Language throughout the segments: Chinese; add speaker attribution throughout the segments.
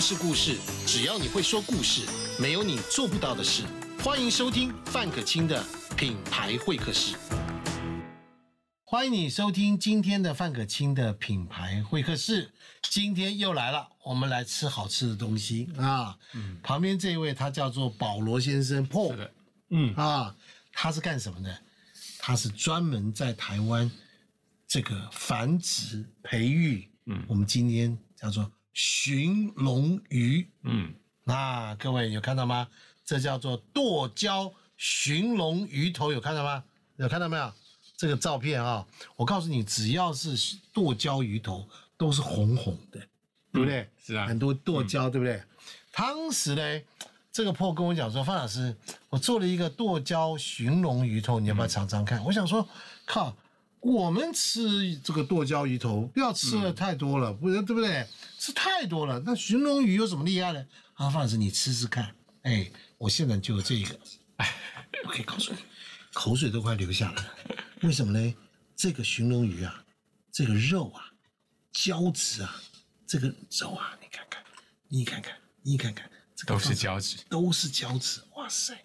Speaker 1: 事故事，只要你会说故事，没有你做不到的事。欢迎收听范可清的品牌会客室。欢迎你收听今天的范可清的品牌会客室。今天又来了，我们来吃好吃的东西啊！旁边这一位他叫做保罗先生 Paul，
Speaker 2: 嗯是的，嗯，
Speaker 1: 啊，他是干什么的？他是专门在台湾这个繁殖培育，嗯，我们今天叫做寻龙鱼，
Speaker 2: 嗯，
Speaker 1: 那各位有看到吗？这叫做剁椒寻龙鱼头，有看到吗？有看到没有？这个照片啊、我告诉你，只要是剁椒鱼头，都是红红的，对不对？
Speaker 2: 是啊
Speaker 1: 很多剁椒，对不对？当时呢，这个破跟我讲说，范老师，我做了一个剁椒寻龙鱼头，你要不要尝尝
Speaker 2: 嗯
Speaker 1: 看？我想说，靠，我们吃这个剁椒鱼头，不要吃的太多了，不、然对不对？吃太多了，那寻龙鱼有什么厉害呢？啊，范老师，你吃吃看，哎，我现在就有这 个，我可以告诉你，口水都快流下来了。为什么呢？这个寻龙鱼啊，这个肉啊，胶质啊，这个肉啊，你看看，你看看，你看看，这个
Speaker 2: 都是
Speaker 1: 放上
Speaker 2: 胶质，
Speaker 1: 都是胶质，哇塞，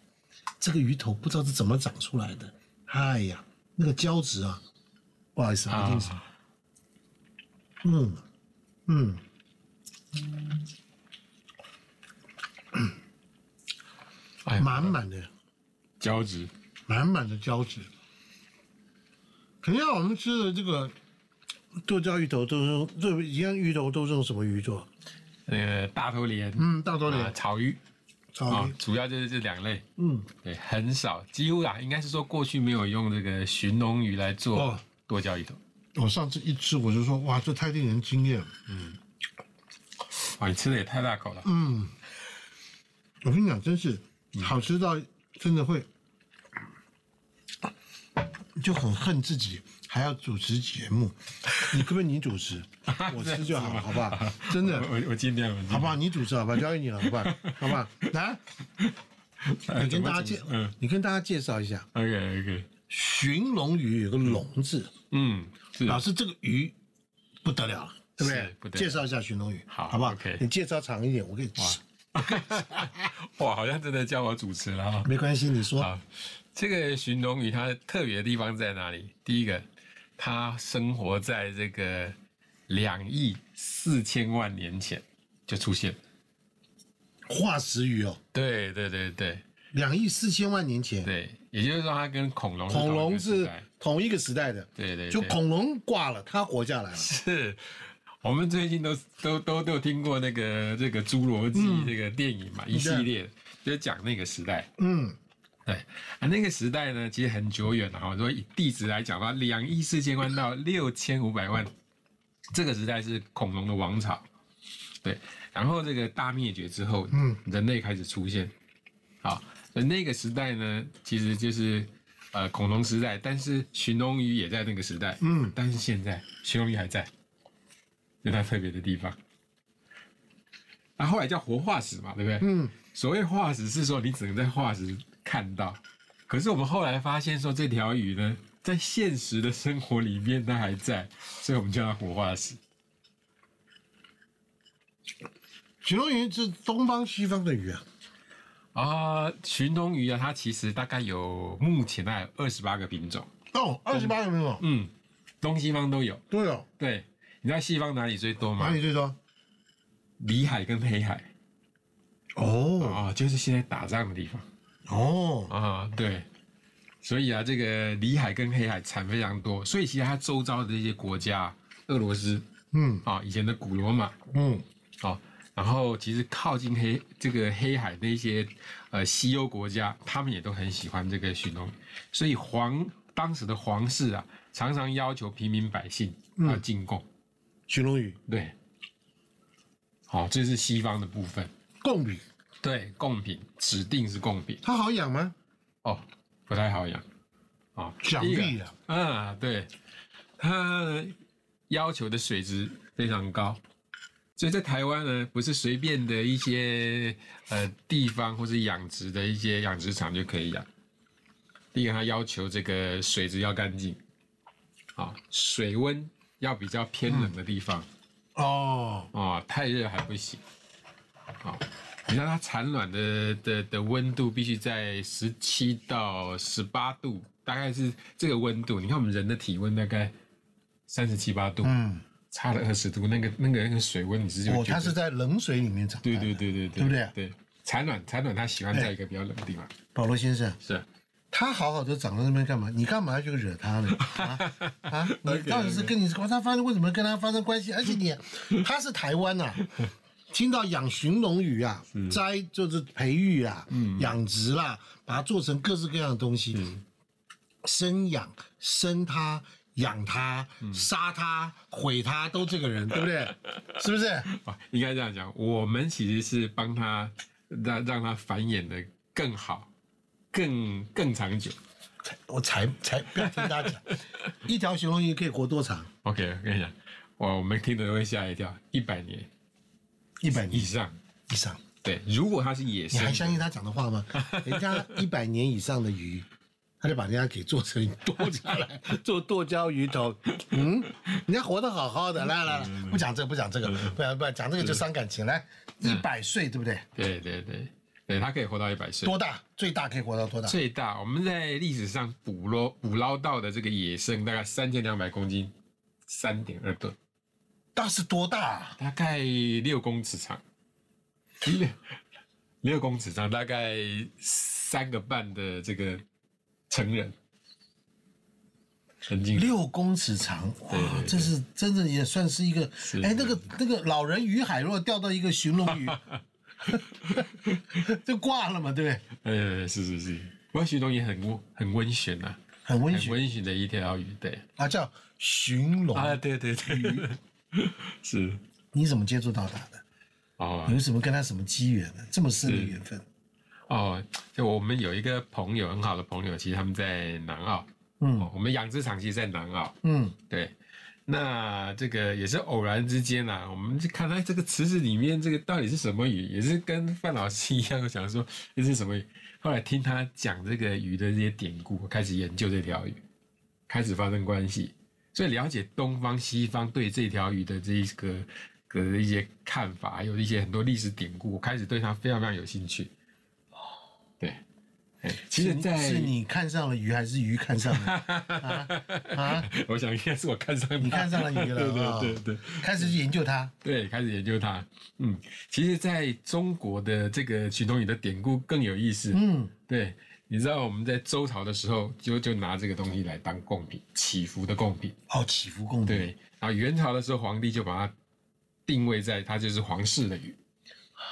Speaker 1: 这个鱼头不知道是怎么长出来的，哎呀，那个胶质啊，不好意思， 一定是，
Speaker 2: 啊，
Speaker 1: 嗯嗯，
Speaker 2: 哎呀，
Speaker 1: 满满的。
Speaker 2: 胶质，
Speaker 1: 满满的胶质。可是我们吃的这个剁椒鱼头都是用这一样鱼头都是用什么鱼做？
Speaker 2: 那个大头鲢，
Speaker 1: 嗯，大头
Speaker 2: 啊
Speaker 1: 鲢、
Speaker 2: 草鱼
Speaker 1: 草
Speaker 2: 啊
Speaker 1: 鱼，，
Speaker 2: 主要就是这两类，
Speaker 1: 嗯，
Speaker 2: 对，很少，几乎啊啦，应该是说过去没有用这个寻龙鱼来做
Speaker 1: 哦
Speaker 2: 剁椒鱼头。
Speaker 1: 我上次一吃我就说哇，这太令人惊艳了。
Speaker 2: 哇，你吃的也太大口了，
Speaker 1: 嗯，我跟你讲，真是
Speaker 2: 嗯
Speaker 1: 好吃到真的会就很恨自己还要主持节目。你可不可以你主 持，我吃就好，好不好？ 真的。
Speaker 2: 我我我尽量，我尽量
Speaker 1: 好不？好？你主持好吧，交给你了，好不好？好不好？来，
Speaker 2: 哎
Speaker 1: 你跟大家介，
Speaker 2: 嗯
Speaker 1: 你跟大家介绍一下，
Speaker 2: ，OK OK，
Speaker 1: 寻龙鱼有个龙字，
Speaker 2: 嗯，是
Speaker 1: 老师这个鱼不得了了，对不对
Speaker 2: 是？不得了
Speaker 1: 介绍一下寻龙鱼，
Speaker 2: 好
Speaker 1: 好不好
Speaker 2: OK
Speaker 1: 你介绍长一点，我给你吃，
Speaker 2: 哇，好像真的叫我主持了啊。
Speaker 1: 没关系，你说
Speaker 2: 好，这个寻龙鱼它特别的地方在哪里？第一个，它生活在这个两亿四千万年前就出现。
Speaker 1: 化石鱼哦，
Speaker 2: 对对对对
Speaker 1: 两亿四千万年前，
Speaker 2: 对，也就是说它跟恐龙是
Speaker 1: 恐
Speaker 2: 同一
Speaker 1: 龙
Speaker 2: 个时
Speaker 1: 是
Speaker 2: 代
Speaker 1: 同一个时代的，
Speaker 2: 对对对
Speaker 1: 就恐龙挂了，它活下来了，
Speaker 2: 是。我们最近都都都都有听过那个这个侏罗纪这个电影嘛，一系列的就讲那个时代。
Speaker 1: 嗯，
Speaker 2: 对啊，那个时代呢，其实很久远了哈。我说以地质来讲的话，两亿四千万到六千五百万，这个时代是恐龙的王朝。对，然后这个大灭绝之后，嗯，人类开始出现。好，那那个时代呢，其实就是呃恐龙时代，但是寻龙鱼也在那个时代，
Speaker 1: 嗯，
Speaker 2: 但是现在寻龙鱼还在，有它特别的地方。那、后来叫活化石嘛，对不对？
Speaker 1: 嗯，
Speaker 2: 所谓化石是说你只能在化石看到，可是我们后来发现说这条鱼呢，在现实的生活里面它还在，所以我们叫它活化石。
Speaker 1: 寻龙鱼是东方西方的鱼啊，
Speaker 2: 啊，寻龙鱼啊，它其实大概有目前大概有二十八个品种，
Speaker 1: 哦，二十八个品种，
Speaker 2: 嗯，东西方都有。
Speaker 1: 对哦，
Speaker 2: 对，你知道西方哪里最多吗
Speaker 1: 哪？里最多？
Speaker 2: 里海跟黑海
Speaker 1: 哦
Speaker 2: 啊、就是现在打仗的地方
Speaker 1: 哦，
Speaker 2: 啊、对。所以啊，这个里海跟黑海产非常多，所以其实它周遭的这些国家，俄罗斯
Speaker 1: 嗯
Speaker 2: 啊、以前的古罗马
Speaker 1: 嗯。
Speaker 2: 哦，然后其实靠近黑这个黑海那些呃西欧国家，他们也都很喜欢这个许农，所以皇当时的皇室啊，常常要求平民百姓
Speaker 1: 嗯
Speaker 2: 要进贡。
Speaker 1: 寻龙鱼
Speaker 2: 对，好、这是西方的部分。
Speaker 1: 贡比，
Speaker 2: 对，贡品指定是贡品
Speaker 1: 它好养吗？
Speaker 2: 哦，不太好养啊，
Speaker 1: 想
Speaker 2: 第一个
Speaker 1: 必啊，
Speaker 2: 啊，对，它要求的水质非常高，所以在台湾呢，不是随便的一些呃地方或是养殖的一些养殖场就可以养。第一个，它要求这个水质要干净，啊、水温要比较偏冷的地方啊、
Speaker 1: 哦，
Speaker 2: 哦太热还不行。你知道它产卵的的的温度必须在十七到十八度，大概是这个温度。你看我们人的体温大概三十七八度，
Speaker 1: 嗯，
Speaker 2: 差了二十度，那个那个那个水温你是就
Speaker 1: 我
Speaker 2: 觉
Speaker 1: 哦它
Speaker 2: 得
Speaker 1: 是在冷水里面长大
Speaker 2: 对
Speaker 1: 的。
Speaker 2: 对对对对，
Speaker 1: 对啊哎不对
Speaker 2: 对，产卵产卵它喜欢在一个比较冷的地方，
Speaker 1: 保罗先生，
Speaker 2: 是
Speaker 1: 它好好的长在那边干嘛？你干嘛要去惹它呢？啊啊！你
Speaker 2: OK，OK
Speaker 1: 到底是跟你它发生为什么跟它发生关系？而且你，它是台湾呐、啊听到养寻龙鱼啊，栽就是培育啊，养殖啦、把它做成各式各样的东西，生养、生它、养它、杀它、毁它，都这个人，对不对？是不是？
Speaker 2: 啊，应该这样讲，我们其实是帮它让让它繁衍的更好，更更长久。
Speaker 1: 我才才不要听他讲，一条寻龙鱼可以活多长？
Speaker 2: OK，我跟你讲，哇，我们听的都会吓一跳，一百年
Speaker 1: 一百
Speaker 2: 以
Speaker 1: 年
Speaker 2: 上。
Speaker 1: 以上。
Speaker 2: 对，如果它是野
Speaker 1: 你
Speaker 2: 生
Speaker 1: 还相
Speaker 2: 的，
Speaker 1: 信他讲的话 吗？人家一百年以上的鱼，他就把人家给做成剁下 来，做剁椒鱼头。嗯，人家活得好好的。来来来，
Speaker 2: 嗯
Speaker 1: 不讲这个，不讲这个，不讲不讲讲这个就伤感情。来，一
Speaker 2: 嗯
Speaker 1: 百岁对不对？
Speaker 2: 对对对对，它可以活到一百岁。
Speaker 1: 多大？最大可以活到多大？
Speaker 2: 最大，我们在历史上捕捞捕捞到的这个野生大概三千两百公斤，三点二吨，
Speaker 1: 大是多大啊？
Speaker 2: 大概六公尺长，六六公尺长，大概三个半的这个成人，很近。
Speaker 1: 六公尺长，哇
Speaker 2: 对对，对
Speaker 1: 这是真的也算是一个
Speaker 2: 是。
Speaker 1: 哎，那个那个老人鱼海若掉到一个寻龙 鱼， 就挂了嘛，对不对？
Speaker 2: 呃，是是是，不过徐总也很温很温啊驯呐、
Speaker 1: 很温
Speaker 2: 很
Speaker 1: 驯
Speaker 2: 温驯的一条鱼，对
Speaker 1: 啊，叫寻龙。
Speaker 2: 啊，对对对，嗯 是
Speaker 1: 你怎么接触到他的？
Speaker 2: 哦
Speaker 1: 有什么跟他什么机缘呢？这么深的缘分？
Speaker 2: 哦，就我们有一个朋友，很好的朋友，其实他们在南澳，哦
Speaker 1: 嗯，
Speaker 2: 我们养殖场其实在南澳，
Speaker 1: 嗯，
Speaker 2: 对。那这个也是偶然之间啊，我们就看到这个池子里面这个到底是什么鱼，也是跟范老师一样想说这是什么鱼。后来听他讲这个鱼的这些典故，开始研究这条鱼，开始发生关系，所以了解东方西方对这条鱼的这一个个一些看法，还有一些很多历史典故，我开始对它非常非常有兴趣。对，哎，其实
Speaker 1: 哦是你
Speaker 2: 在，
Speaker 1: 是你看上了鱼，还是鱼看上了 你啊啊？
Speaker 2: 我想应该是我看上
Speaker 1: 你
Speaker 2: 它
Speaker 1: 看上了鱼了啊！
Speaker 2: 对对对对。
Speaker 1: 开始去研究它。
Speaker 2: 对，开始研究它。嗯，其实在中国的这个许东宇的典故更有意思。
Speaker 1: 嗯，
Speaker 2: 对，你知道我们在周朝的时候就就拿这个东西来当贡品，祈福的贡品。
Speaker 1: 哦，起伏共鸣。
Speaker 2: 对，然后元朝的时候，皇帝就把它定位在它就是皇室的鱼。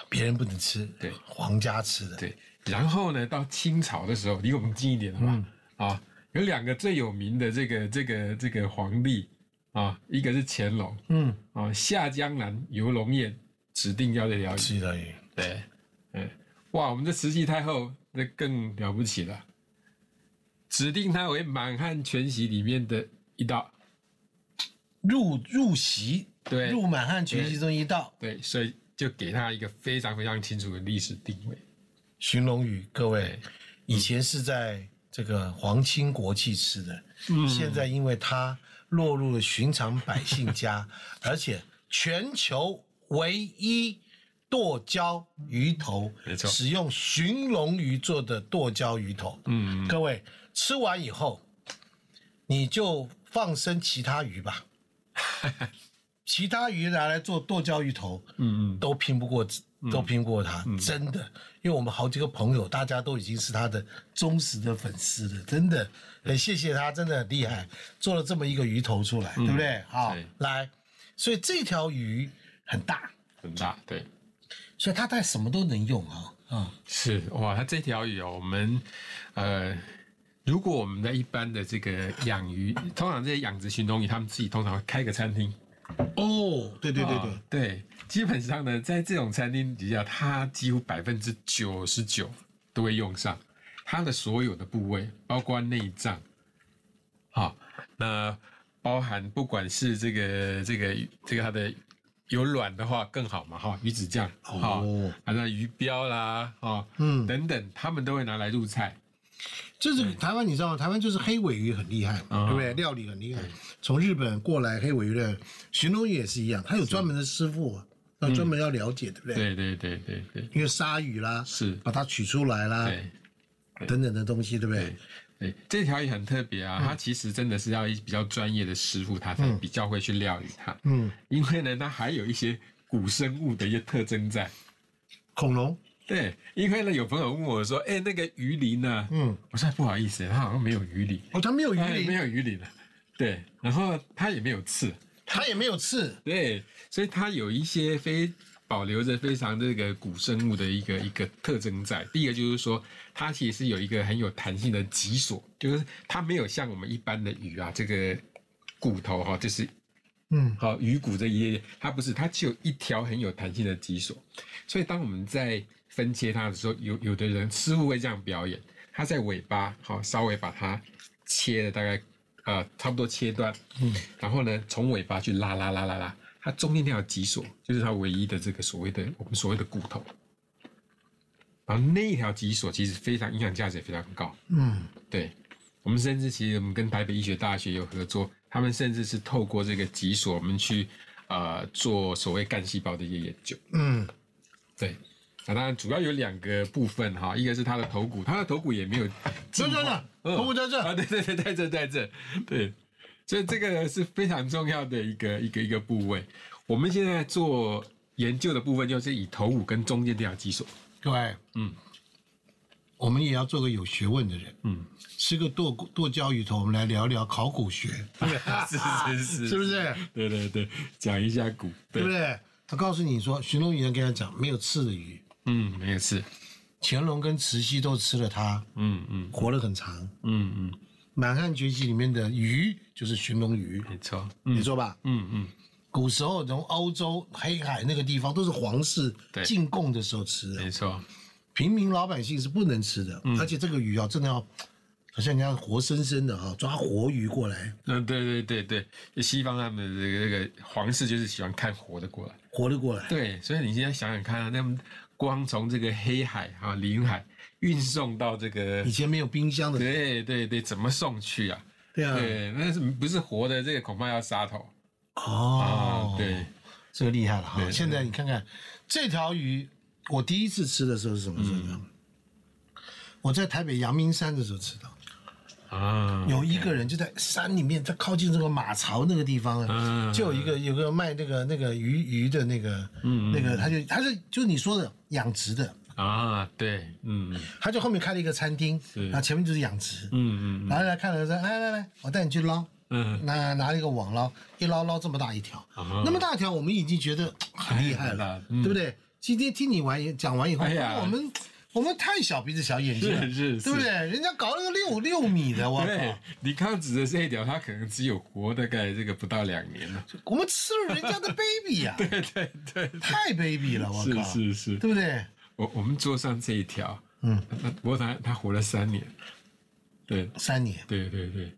Speaker 1: 别人不能吃，
Speaker 2: 对
Speaker 1: 皇家吃的。
Speaker 2: 对，然后呢，到清朝的时候，离我们近一点好
Speaker 1: 嗯
Speaker 2: 吧？啊，有两个最有名的这个这个这个皇帝啊，一个是乾隆
Speaker 1: 嗯，
Speaker 2: 啊，下江南游龙宴指定要这条鱼。
Speaker 1: 吃的鱼。
Speaker 2: 对，嗯，哇，我们这慈禧太后那更了不起了，指定她为满汉全席里面的一道。
Speaker 1: 入入席，
Speaker 2: 对
Speaker 1: 入满汉全席中一道
Speaker 2: 对，所以就给她一个非常非常清楚的历史定位。嗯
Speaker 1: 寻龙鱼。各位，以前是在这个皇亲国戚吃的，
Speaker 2: 嗯
Speaker 1: 现在因为它落入了寻常百姓 家，而且全球唯一剁椒鱼头
Speaker 2: 没，错
Speaker 1: 使用寻龙鱼做的剁椒鱼头。
Speaker 2: 嗯，
Speaker 1: 各位吃完以后，你就放生其他鱼吧， 其他鱼拿来做剁椒鱼头，
Speaker 2: 嗯嗯，
Speaker 1: 都拼不过，都拼不过他，真的。因为我们好几个朋友，大家都已经是他的忠实的粉丝了，真的，很谢谢他，真的很厉害，做了这么一个鱼头出来，对不嗯对？好
Speaker 2: 对，
Speaker 1: 来，所以这条鱼很大，
Speaker 2: 很大，对，
Speaker 1: 所以它带什么都能用啊。啊，
Speaker 2: 是哇，它这条鱼哦，我们呃。如果我们在一般的这个养鱼，通常这些养殖群中鱼，他们自己通常会开个餐厅，
Speaker 1: 哦，对对对对
Speaker 2: 啊，对，基本上呢，在这种餐厅底下，它几乎百分之九十九都会用上它的所有的部位，包括内脏，好、那包含不管是这个这个这个它的有卵的话更好嘛，哈、鱼子酱，哈、
Speaker 1: 哦
Speaker 2: 还有鱼标啦，哦，
Speaker 1: 嗯
Speaker 2: 等等，他们都会拿来入菜，
Speaker 1: 就是台湾，你知道吗？台湾就是黑尾鱼很厉害嘛，
Speaker 2: 嗯
Speaker 1: 对不对？料理很厉害，从日本过来黑尾鱼的，寻龙鱼也是一样，它有专门的师傅啊，要专门要了解，对不对？
Speaker 2: 对对对对对，
Speaker 1: 因为鲨鱼啦，
Speaker 2: 是
Speaker 1: 把它取出来啦，
Speaker 2: 对
Speaker 1: 等等的东西，对不对
Speaker 2: 对？对，这条也很特别啊，它其实真的是要一比较专业的师傅，他才比较会去料理它。
Speaker 1: 嗯，
Speaker 2: 因为呢，它还有一些古生物的一些特征在。
Speaker 1: 恐龙，
Speaker 2: 对，因为呢，有朋友问我说：“哎、那个鱼鳞呢、
Speaker 1: 嗯，
Speaker 2: 我说：“不好意思，它好像没有鱼鳞，
Speaker 1: 哦，它没有鱼
Speaker 2: 哎没
Speaker 1: 鳞，
Speaker 2: 有鱼鳞了。”对，然后它也没有刺，
Speaker 1: 它也没有刺，
Speaker 2: 对，所以它有一些非保留着非常这个古生物的一个一个特征在。第一个就是说，它其实是有一个很有弹性的脊索，就是它没有像我们一般的鱼啊，这个骨头哈、就是
Speaker 1: 嗯，
Speaker 2: 好鱼骨这一类，它不是，它只有一条很有弹性的脊索。所以当我们在分切它的时候，有有的人师傅会这样表演，他在尾巴好、稍微把它切的大概呃差不多切断，嗯，然后呢从尾巴去拉拉拉拉拉，它中间那条脊索就是它唯一的这个所谓的我们所谓的骨头。然后那一条脊索其实非常营养价值也非常高，
Speaker 1: 嗯，
Speaker 2: 对，我们甚至其实我们跟台北医学大学有合作，他们甚至是透过这个脊索，我们去呃做所谓干细胞的一些研究。
Speaker 1: 嗯，
Speaker 2: 对，那当然主要有两个部分哈，一个是它的头骨，它的头骨也没有进
Speaker 1: 在这
Speaker 2: 化，
Speaker 1: 呢，
Speaker 2: 嗯
Speaker 1: 哦头骨在
Speaker 2: 啊，
Speaker 1: 这，
Speaker 2: 对对对，在这在这，对，所以这个是非常重要的一个一个一个部位。我们现在做研究的部分就是以头骨跟中间这条脊索，
Speaker 1: 各位，
Speaker 2: 嗯，
Speaker 1: 我们也要做个有学问的人，
Speaker 2: 嗯，
Speaker 1: 吃个剁骨剁椒鱼头，我们来聊聊考古 学，
Speaker 2: 是是 是
Speaker 1: 是不是？
Speaker 2: 对对对，讲一下骨，
Speaker 1: 对不对？他告诉你说，寻龙鱼人跟他讲，没有刺的鱼，
Speaker 2: 嗯，没有事，
Speaker 1: 乾隆跟慈禧都吃了它，
Speaker 2: 嗯嗯
Speaker 1: 活得很长。
Speaker 2: 嗯嗯，
Speaker 1: 满汉全席里面的鱼就是寻龙鱼，
Speaker 2: 没错，
Speaker 1: 你
Speaker 2: 嗯
Speaker 1: 说吧？
Speaker 2: 嗯嗯，
Speaker 1: 古时候从欧洲黑海那个地方都是皇室
Speaker 2: 对
Speaker 1: 进贡的时候吃的，
Speaker 2: 没错，
Speaker 1: 平民老百姓是不能吃的。
Speaker 2: 嗯
Speaker 1: 而且这个鱼啊，真的要好像人家活生生的啊，抓活鱼过来，
Speaker 2: 嗯，对对对对，西方他们的这个这个皇室就是喜欢看活的过来，
Speaker 1: 活的过来。
Speaker 2: 对，所以你现在想想看啊，那么光从这个黑海啊、领海运送到这 个
Speaker 1: 以，前没有冰箱的，
Speaker 2: 对对对，怎么送去啊？
Speaker 1: 对啊，
Speaker 2: 对，那是不是活的？这个恐怕要杀头
Speaker 1: 哦
Speaker 2: 啊，，对，
Speaker 1: 这个厉害了哈！
Speaker 2: 对
Speaker 1: 现在你看看这条鱼，我第一次吃的时候是什么时候呢？
Speaker 2: 嗯
Speaker 1: 我在台北阳明山的时候吃到，
Speaker 2: 啊，
Speaker 1: 有一个人就在山里面，在靠近这个马槽那个地方啊，
Speaker 2: 嗯
Speaker 1: 就有一个有个卖那个那个鱼鱼的那个，
Speaker 2: 嗯
Speaker 1: 那个他就他是就你说的养殖的，
Speaker 2: 啊，对，嗯
Speaker 1: 他就后面开了一个餐厅，然后前面就是养殖，
Speaker 2: 嗯嗯
Speaker 1: 然后来看了说，哎来来来，我带你去捞，
Speaker 2: 嗯，
Speaker 1: 那拿一个网捞，一捞捞这么大一条，
Speaker 2: 啊
Speaker 1: 那么大条我们已经觉得很厉害
Speaker 2: 很
Speaker 1: 了
Speaker 2: 大，嗯
Speaker 1: 对不对？今天听你完讲完以后，
Speaker 2: 哎呀
Speaker 1: 我们我们太小鼻子小眼睛了，
Speaker 2: 是是
Speaker 1: 对不对？人家搞了个六六米的，我
Speaker 2: 对
Speaker 1: 靠！，
Speaker 2: 你刚指的这一条，它可能只有活大概这个不到两 年了。
Speaker 1: 我们吃了人家的 baby 呀、
Speaker 2: 对对对，
Speaker 1: 太 baby 了，我靠，
Speaker 2: 是是是，
Speaker 1: 对不对？
Speaker 2: 我我们桌上这一条，
Speaker 1: 嗯，
Speaker 2: 那不过他他活了三年，对
Speaker 1: 三年，
Speaker 2: 对对对，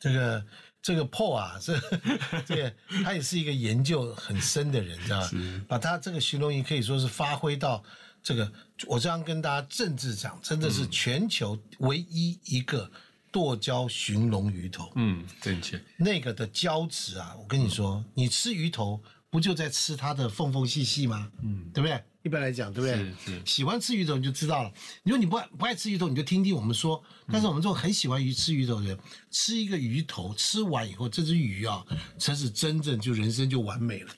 Speaker 1: 这个这个 Paul 啊，这 这个他也是一个研究很深的人，知道吧？把他这个形容语可以说是发挥到这个，我这样跟大家政治讲，真的是
Speaker 2: 嗯
Speaker 1: 全球唯一一个剁椒寻龙鱼头，
Speaker 2: 嗯，正确，
Speaker 1: 那个的胶质啊，我跟你
Speaker 2: 嗯
Speaker 1: 说，你吃鱼头不就在吃它的缝缝隙隙吗？嗯，对不对？一般来讲，对不对？
Speaker 2: 是是
Speaker 1: 喜欢吃鱼头你就知道了。你说你不爱不爱吃鱼头，你就听听我们说。但是我们这种很喜欢鱼吃鱼头的人，吃一个鱼头，吃完以后，这只鱼啊，才是真正就人生就完美了。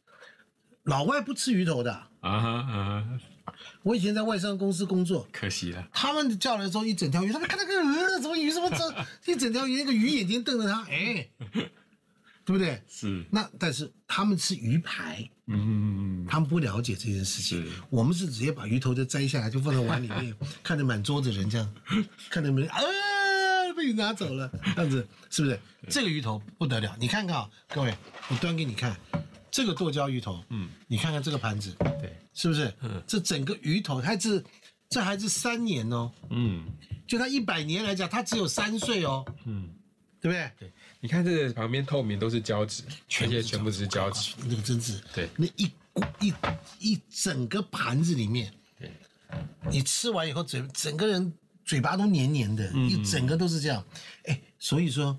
Speaker 1: 老外不吃鱼头的，
Speaker 2: 啊哈啊哈，
Speaker 1: 我以前在外商公司工作。
Speaker 2: 可惜了，
Speaker 1: 他们叫来之后一整条鱼，他们看那个呃，怎么鱼怎么这 一整条鱼，那个鱼眼睛瞪着他，哎，对不对？
Speaker 2: 是，
Speaker 1: 那但是他们吃鱼排，
Speaker 2: 嗯，
Speaker 1: 他们不了解这件事情
Speaker 2: 是。
Speaker 1: 我们是直接把鱼头就摘下来，就放在碗里 面，看着满桌子人这样，看着没啊被你拿走了，这样子是不是？这个鱼头不得了，你看看啊、各位，我端给你看，这个剁椒鱼头，嗯，你看看这个盘子，
Speaker 2: 对，
Speaker 1: 是不是？嗯，这整个鱼头，它是这还是三年哦，
Speaker 2: 嗯
Speaker 1: 就它一百年来讲，它只有三岁哦，
Speaker 2: 嗯，
Speaker 1: 对不对？
Speaker 2: 对，你看这个旁边透明都是胶质，而且全部是胶质，
Speaker 1: 那个真是，
Speaker 2: 对
Speaker 1: 那一锅一一整个盘子里面，
Speaker 2: 对，
Speaker 1: 你吃完以后嘴整个人嘴巴都黏黏的，
Speaker 2: 嗯
Speaker 1: 一整个都是这样。哎，所以说，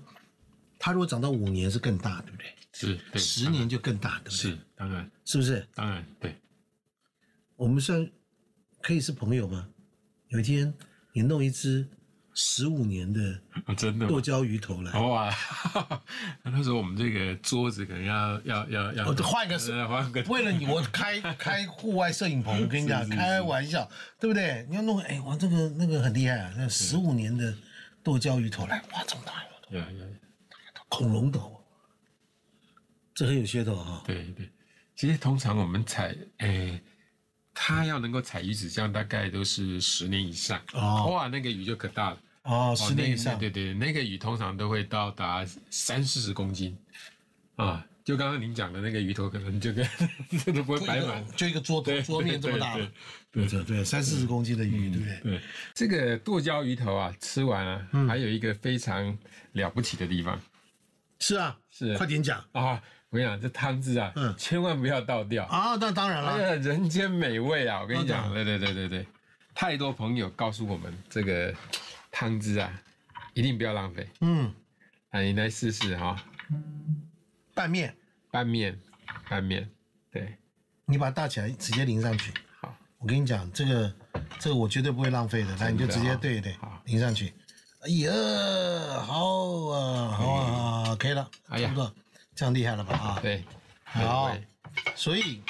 Speaker 1: 它如果长到五年是更大，对不对？
Speaker 2: 是对
Speaker 1: 十年就更大，对不对
Speaker 2: 是？当然
Speaker 1: 是不是？
Speaker 2: 当然对，
Speaker 1: 我们算可以是朋友吗？有一天你弄一只十五年的
Speaker 2: 啊真的吗哦
Speaker 1: 剁椒鱼头来，
Speaker 2: 哇！ 那时候我们这个桌子可能要要要要
Speaker 1: 我就换个手
Speaker 2: 呃换个
Speaker 1: 为了你，我开开户外摄影棚，我跟你讲，
Speaker 2: 是是是
Speaker 1: 开玩笑，对不对？你要弄，哎，哇，这个那个很厉害啊，那十五年的剁椒鱼头来，哇，这么大，
Speaker 2: 呀呀
Speaker 1: 恐龙头，这很有噱头啊。
Speaker 2: 对对，其实通常我们采，诶，它要能够采鱼子酱，大概都是十年以上。
Speaker 1: 哦
Speaker 2: 哇，那个鱼就可大了，
Speaker 1: 哦，
Speaker 2: 哦
Speaker 1: 十年
Speaker 2: 那
Speaker 1: 以上，
Speaker 2: 对对，那个鱼通常都会到达三四十公斤，啊，就刚刚您讲的那个鱼头，可能就跟 这都不会
Speaker 1: 就一
Speaker 2: 摆
Speaker 1: 个
Speaker 2: 满。
Speaker 1: 就一个桌
Speaker 2: 对
Speaker 1: 桌面这么大
Speaker 2: 对嗯
Speaker 1: 了，对对对，三四十公斤的鱼，对不对？嗯
Speaker 2: 对，这个剁椒鱼头啊，吃完啊，还有一个非常了不起的地方
Speaker 1: 是啊，
Speaker 2: 是
Speaker 1: 快点讲
Speaker 2: 啊，我跟你讲，这汤汁啊，
Speaker 1: 嗯
Speaker 2: 千万不要倒掉。
Speaker 1: 啊！那当然
Speaker 2: 哎
Speaker 1: 了，
Speaker 2: 呀，人间美味啊！我跟你
Speaker 1: 哦
Speaker 2: 讲，对对对对对，太多朋友告诉我们，这个汤汁啊，一定不要浪费。
Speaker 1: 嗯，
Speaker 2: 啊，你来试试哈、
Speaker 1: 拌面
Speaker 2: 拌面，拌面，对，
Speaker 1: 你把它搭起来直接淋上去。
Speaker 2: 好，
Speaker 1: 我跟你讲，这个这个我绝对不会浪费的，来你就直接
Speaker 2: 好
Speaker 1: 对对
Speaker 2: 啊好
Speaker 1: 淋上去。哎呀，好啊，好啊，可以了，
Speaker 2: 哎
Speaker 1: 差
Speaker 2: 呀
Speaker 1: 不多，这样厉害了吧啊？
Speaker 2: 对，
Speaker 1: 好
Speaker 2: 美味
Speaker 1: 所以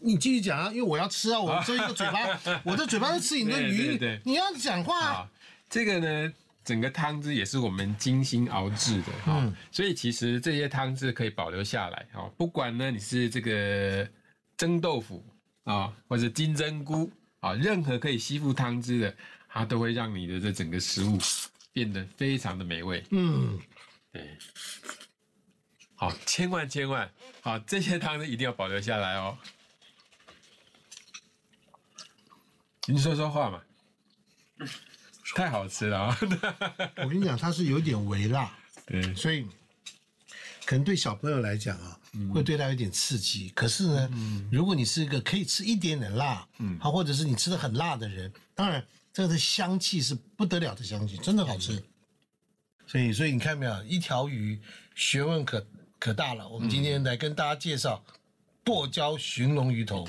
Speaker 1: 你继续讲啊，因为我要吃啊，我这一个嘴 巴，我这嘴巴在吃你的
Speaker 2: 对对
Speaker 1: 鱼
Speaker 2: 对，
Speaker 1: 你要讲话啊。
Speaker 2: 啊，这个呢，整个汤汁也是我们精心熬制的哈、
Speaker 1: 嗯
Speaker 2: 所以其实这些汤汁可以保留下来哈、不管呢你是这个蒸豆腐啊、或者金针菇啊、任何可以吸附汤汁的，它都会让你的这整个食物变得非常的美味。
Speaker 1: 嗯，
Speaker 2: 对，好，千万千万，好，这些汤汁一定要保留下来哦。您说说话嘛，太好吃了啊、
Speaker 1: 我跟你讲，它是有点微辣，
Speaker 2: 对，
Speaker 1: 所以可能对小朋友来讲啊，会对他有点刺激。可是呢，如果你是一个可以吃一点点辣，嗯，好，或者是你吃的很辣的人，当然这个的香气是不得了的香气，真的好吃。所以，所以你看没有，一条鱼学问可可大了。我们今天来跟大家介绍剁椒寻龙鱼头。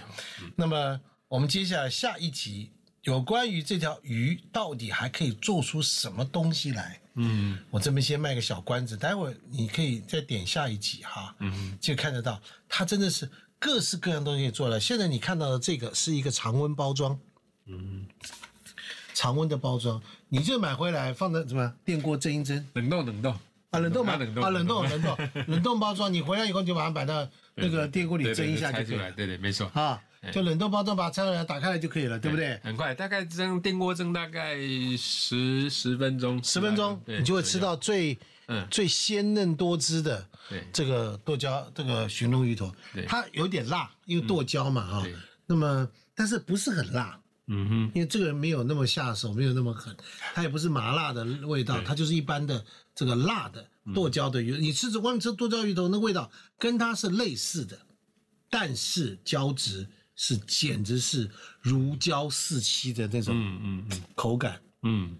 Speaker 1: 那么，我们接下来下一集有关于这条鱼到底还可以做出什么东西来？
Speaker 2: 嗯，
Speaker 1: 我这边先卖个小关子，待会儿你可以再点下一集哈，嗯，就看得到它真的是各式各样东西做了。现在你看到的这个是一个常温包装，嗯，常温的包装，你就买回来放在什么电锅蒸一蒸
Speaker 2: 冷冻冷冻
Speaker 1: 啊，冷冻吧，
Speaker 2: 啊冷冻
Speaker 1: 啊，冷冻
Speaker 2: 冷
Speaker 1: 冷冻 冷冻包装，你回来以后你就把它摆到那个电锅里蒸一下就可
Speaker 2: 对对对拆
Speaker 1: 以
Speaker 2: 出来，哎
Speaker 1: 了
Speaker 2: 对对，没错，
Speaker 1: 啊，就冷冻包装把它拆开来打开来就可以了，对不对？
Speaker 2: 很快，大概蒸电锅蒸大概十十分钟，
Speaker 1: 十分钟
Speaker 2: 对
Speaker 1: 你就会吃到最
Speaker 2: 嗯
Speaker 1: 最鲜嫩多汁的。
Speaker 2: 对
Speaker 1: 这个剁椒，这个寻龙鱼头
Speaker 2: 对，嗯
Speaker 1: 它有点辣，因为剁椒嘛哈、
Speaker 2: 对
Speaker 1: 那么，但是不是很辣，
Speaker 2: 嗯哼，
Speaker 1: 因为这个人没有那么下手，没有那么狠，它也不是麻辣的味道，它就是一般的这个辣的剁椒的
Speaker 2: 嗯
Speaker 1: 鱼。你吃着外面吃剁椒鱼头，那味道跟它是类似的，但是胶质是简直是如胶似漆的那种
Speaker 2: 嗯嗯嗯
Speaker 1: 口感。
Speaker 2: 嗯，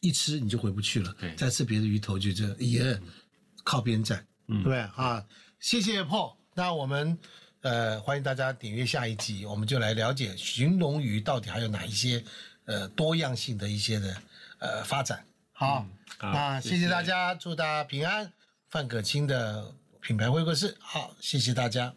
Speaker 1: 一吃你就回不去了
Speaker 2: 对，
Speaker 1: 再吃别的鱼头就这也靠边站，
Speaker 2: 嗯
Speaker 1: 对不对啊？谢谢 Paul，那我们呃欢迎大家点阅下一集，我们就来了解寻龙鱼到底还有哪一些呃多样性的一些的呃发展。好，
Speaker 2: 嗯好
Speaker 1: 那谢
Speaker 2: 谢
Speaker 1: 谢
Speaker 2: 谢
Speaker 1: 大家，祝大家平安。范可清的品牌会客室，好，谢谢大家。